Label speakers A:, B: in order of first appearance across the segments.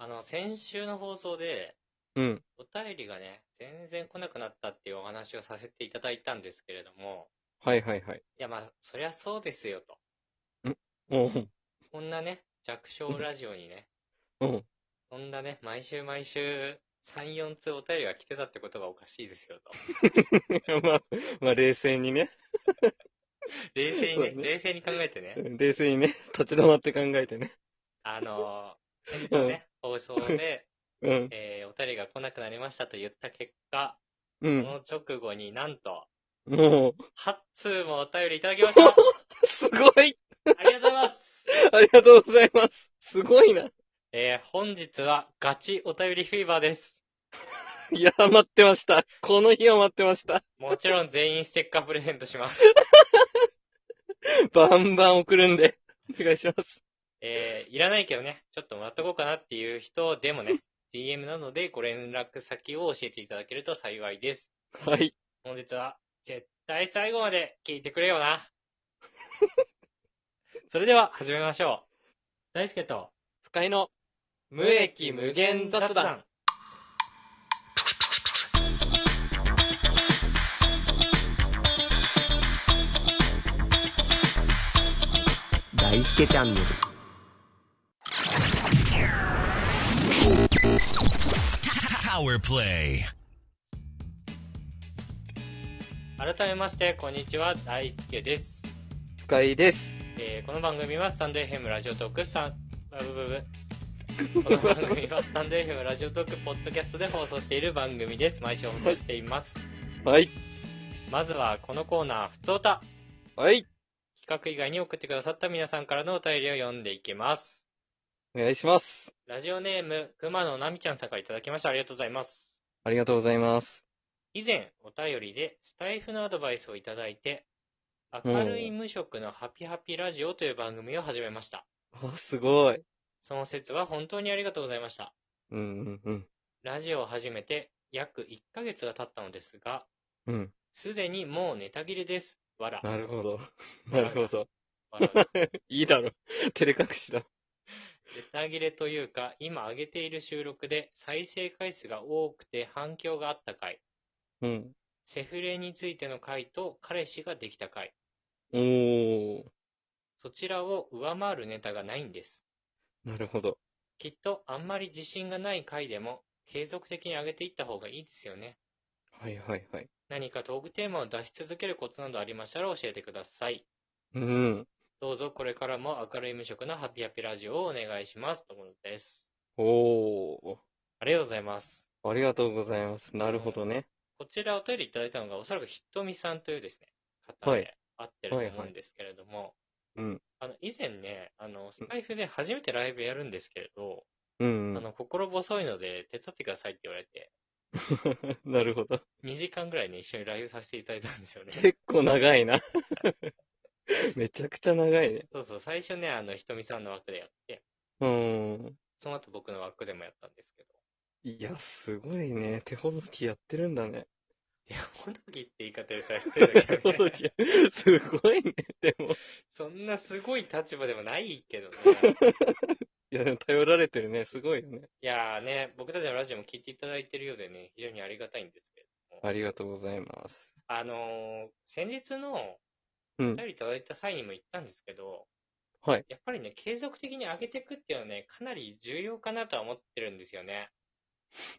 A: の、先週の放送で、
B: うん。
A: お便りがね、全然来なくなったっていうお話をさせていただいたんですけれども、
B: はいはいはい。
A: いや、まあ、そりゃそうですよと。
B: おうん。
A: こんなね、弱小ラジオにね、
B: うん。
A: こんなね、毎週毎週、3、4通お便りが来てたってことがおかしいですよと。
B: まあ、まあ冷静にね。
A: 冷静
B: そう
A: にね、
B: だね
A: 冷静に考えてね、
B: 冷静にね。 立ち止まって考えてね。
A: あのー、先日のね、放送で、
B: うん。
A: えーお便りが来なくなりましたと言った結果、
B: う
A: こ
B: ん。
A: の直後になんと、
B: もう、
A: 8通もお便りいただきましたあ
B: すごい
A: りがとうございます
B: ありがとうございます。すごいな。
A: えー本日はガチお便りフィーバーです。
B: いや、待ってました。この日を待ってました。
A: もちろん全員ステッカープレゼントします。
B: バンバン送るんで。お願いします。
A: えーいらないけどね、ちょっともらっとこうかなっていう人でもね、DM などでご連絡先を教えていただけると幸いです。
B: はい。
A: 本日は絶対最後まで聞いてくれよな。 それでは始めましょう。大輔と
B: 不快の
A: 無益無限雑談。
C: 大輔チャンネル
A: 改めまして、こんにちは、大輔です。
B: 不快です。
A: えーこの番組はスタンド FM ラジオトークスタンあブブブこの番組はスタンド FM ラジオトークポッドキャストで放送している番組です毎週放送しています
B: はい。
A: まずはこのコーナー「ふつおた
B: はい。」
A: 企画以外に送ってくださった皆さんからのお便りを読んでいきます
B: お願いします。
A: ラジオネーム熊野奈美ちゃんさんからいただきましたありがとうございます
B: ありがとうございます。
A: 以前お便りでスタイフのアドバイスをいただいて明るい無職のハピハピラジオという番組を始めました
B: あ、すごい。
A: その説は本当にありがとうございました
B: うんうん
A: ラジオを始めて約1ヶ月が経ったのですが、
B: うん。うん。
A: すでにもうネタ切れです。わら。
B: なるほど。なるほど。
A: わら
B: いいだろ。 照れ隠しだ。
A: ネタ切れというか、今上げている収録で再生回数が多くて反響があった回、
B: うん。
A: セフレについての回と彼氏ができた回、
B: おー。
A: そちらを上回るネタがないんです。
B: なるほど。
A: きっとあんまり自信がない回でも継続的に上げていった方がいいですよね。
B: はいはいはい。
A: 何かトークテーマを出し続けるコツなどありましたら教えてください。
B: うん。
A: どうぞこれからも明るい無職のハピハピラジオをお願いします。とのことです。
B: お
A: ありがとうございます。
B: ー。ありがとうございます。なるほどね。
A: こちらお便りいただいたのが、おそらくひとみさんというですね、方
B: はい
A: で会ってると思うんですけれども、
B: うん。
A: あの、以前ね、あの、スタイフで初めてライブやるんですけれど、
B: うん
A: あ。の、心細いので手伝ってくださいって言われて、
B: なるほど。
A: 2時間ぐらいね、一緒にライブさせていただいたんです よね。
B: 結構長いな。 めちゃくちゃ長いね。
A: そうそう、最初ね、あの、ひとみさんの枠でやって、
B: うん。
A: その後僕の枠でもやったんですけど、
B: いや、すごいね。手ほどきやってるんだね。
A: いや、ほどきって言い方でさ、失
B: 手
A: 礼だけど
B: ほ
A: ね
B: どき。すごいね。でも、
A: そんなすごい立場でもないけど ね。
B: いや、でも頼られてるね。すごいよね。
A: いやーね、僕たちのラジオも聞いていただいてるようでね、非常にありがたいんですけど。
B: ありがとうございます。
A: あのー先日の
B: う
A: お
B: ん
A: 便。りいただいた際にも言ったんですけど、
B: はい。
A: やっぱりね、継続的に上げていくっていうのはね、かなり重要かなとは思ってるんですよね。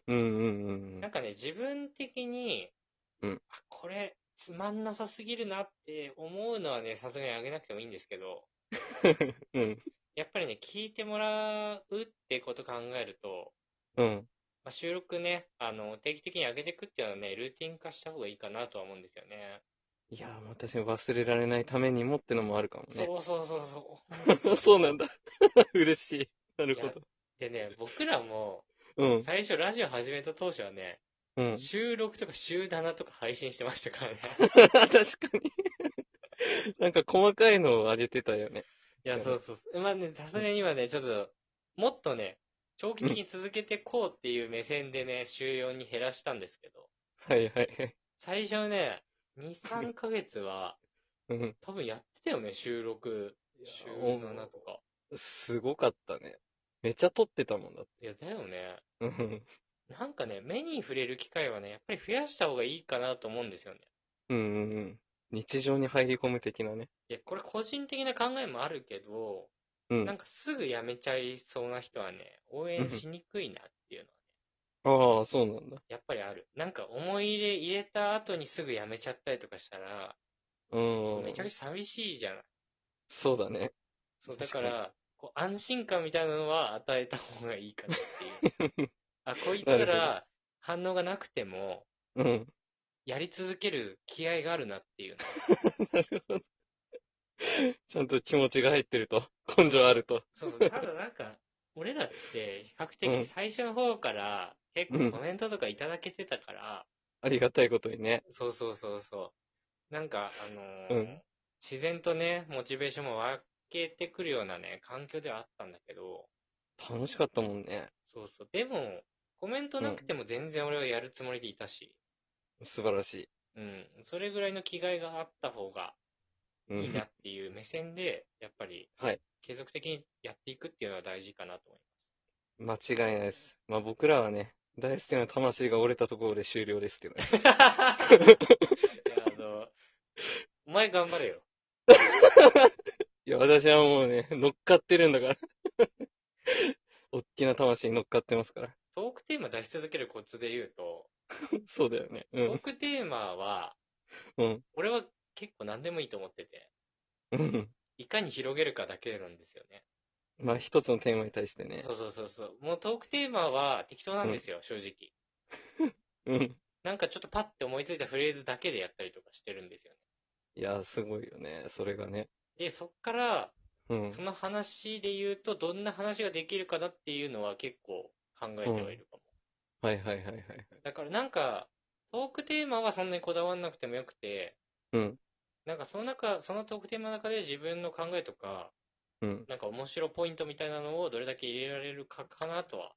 B: うんうんうん
A: なんかね、自分的に、
B: うん
A: あ、これ、つまんなさすぎるなって思うのはね、さすがに上げなくてもいいんですけど、
B: うん。うん。
A: やっぱりね、聞いてもらうってこと考えると、
B: うん。
A: まあ、収録ね、あの、定期的に上げていくっていうのはね、ルーティン化した方がいいかなとは思うんですよね。
B: いや、もう確かに忘れられないためにもってのもあるかもね。
A: そうそうそうそ。
B: そううそうなんだ。 嬉しい。なるほ
A: でね、僕らも、
B: ど。うん。
A: 最初ラジオ始めた当初はね、
B: うん。
A: 収録とか週7とか配信してました からね。
B: 確かに。なんか細かいのを上げてたよね。
A: いや、そうそうそう。まあね、さすがに今ね、ちょっと、もっとね、長期的に続けてこうっていう目線でね、週4に減らしたんですけど、
B: はいはいはい。
A: 最初ね、2、3ヶ月は、
B: うん。
A: 多分やってたよね、収録、週
B: お
A: 7とか。
B: すごかったね。めちゃ撮ってたもんだって。
A: いや、だよね。
B: うん。
A: なんかね、目に触れる機会はね、やっぱり増やした方がいいかなと思うんですよね。
B: うんうんうん。日常に入り込む的なね。
A: いや、これ個人的な考えもあるけど、
B: う
A: なん
B: ん。
A: かすぐやめちゃいそうな人はね、応援しにくいなっていうのはね、
B: ああ、そうなんだ。
A: やっぱりある。なんか思い入れ入れた後にすぐやめちゃったりとかしたら、
B: うん。
A: めちゃくちゃ寂しいじゃない。
B: そうだね。
A: そう、だ
B: 確
A: か
B: かに
A: ら、こう安心感みたいなのは与えた方がいいかなって いう。あ、こいつ
B: なるほ
A: ら反応がなくても、
B: うん。
A: やり続ける気合があるなっていうの。
B: なるほど。ちゃんと気持ちが入ってると。根性あると。
A: そうそう、ただなんか、俺らって比較
B: うん
A: 的最初の方から結
B: う
A: 構
B: ん
A: コメントとかいただけてたから、
B: ありがたいことにね。
A: そうそうそうそう。なんか、あのー
B: うん
A: 自然とね、モチベーションも湧けてくるようなね、環境ではあったんだけど、
B: 楽しかったもんね。
A: そうそう。でも、コメントなくても全然俺はやるつもりでいたし、
B: 素晴らし
A: うん。それぐらいの気概があった方が
B: い。う。
A: いいなんっていう目線で、やっぱり、
B: はい
A: 継続的にやっていくっていうのは大事かなと思います。
B: 間違いないです。まあ僕らはね、大好きな魂が折れたところで終了ですけどね。
A: いやあの、お前頑張れよ。
B: いや、私はもうね、乗っかってるんだから。 おっきな魂に乗っかってますから。
A: トークテーマ出し続けるコツで言うと、
B: そうだよね。う
A: トー
B: ん。
A: クテーマは、
B: うん。
A: 俺は結構何でもいいと思ってて、
B: うん。
A: いかに広げるかだけなんですよね。
B: まあ一つのテーマに対してね。
A: そうそうそうそう。もうトークテーマは適当なんですよ、正直。
B: うん。
A: なんかちょっとパッて思いついたフレーズだけでやったりとかしてるんですよね。
B: いや、すごいよね。それがね。
A: で、そっから、
B: うん。
A: その話で言うと、どんな話ができるかなっていうのは結構考えてはいるかも。
B: はいはいはいはいはい。
A: だからなんか、トークテーマはそんなにこだわんなくてもよくて、
B: うん。
A: なんかその中、そのトークテーマの中で自分の考えとか、
B: うん。
A: なんか面白ポイントみたいなのをどれだけ入れられるかかなとは、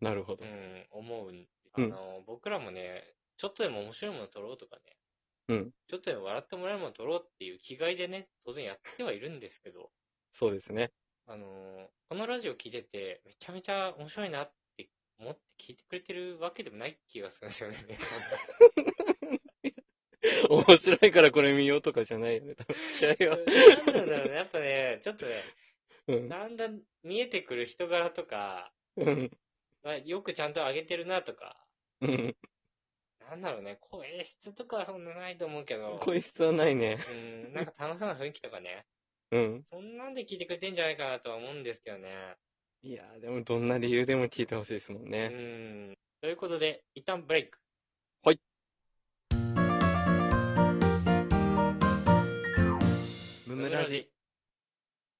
B: なるほど
A: う。ん、思うん。あ
B: うん
A: の、僕らもね、ちょっとでも面白いもの撮ろうとかね、
B: うん。
A: ちょっとでも笑ってもらえるもの撮ろうっていう気概でね、当然やってはいるんですけど、
B: そうですね。
A: あの、このラジオ聞いてて、めちゃめちゃ面白いなって思って聞いてくれてるわけでもない気がするんです よね。
B: 面白いからこれ見ようとかじゃないよね。多分試 合は。
A: なんなんだろうね、やっぱね、ちょっとね、
B: うん。
A: だんだん見えてくる人柄とか、
B: うん。
A: まあよくちゃんと上げてるなとか、
B: うん。
A: なんだろうね、声質とかはそんなないと思うけど、
B: 声質はないね。
A: うん、なんか楽しそうな雰囲気とかね、
B: うん。
A: そんなんで聞いてくれてんじゃないかなとは思うんですけどね。
B: いや、でもどんな理由でも聞いてほしいですもん
A: う
B: ね。
A: ん。ということで、一旦ブレイク。
B: ム
A: ム
B: ムラジ。。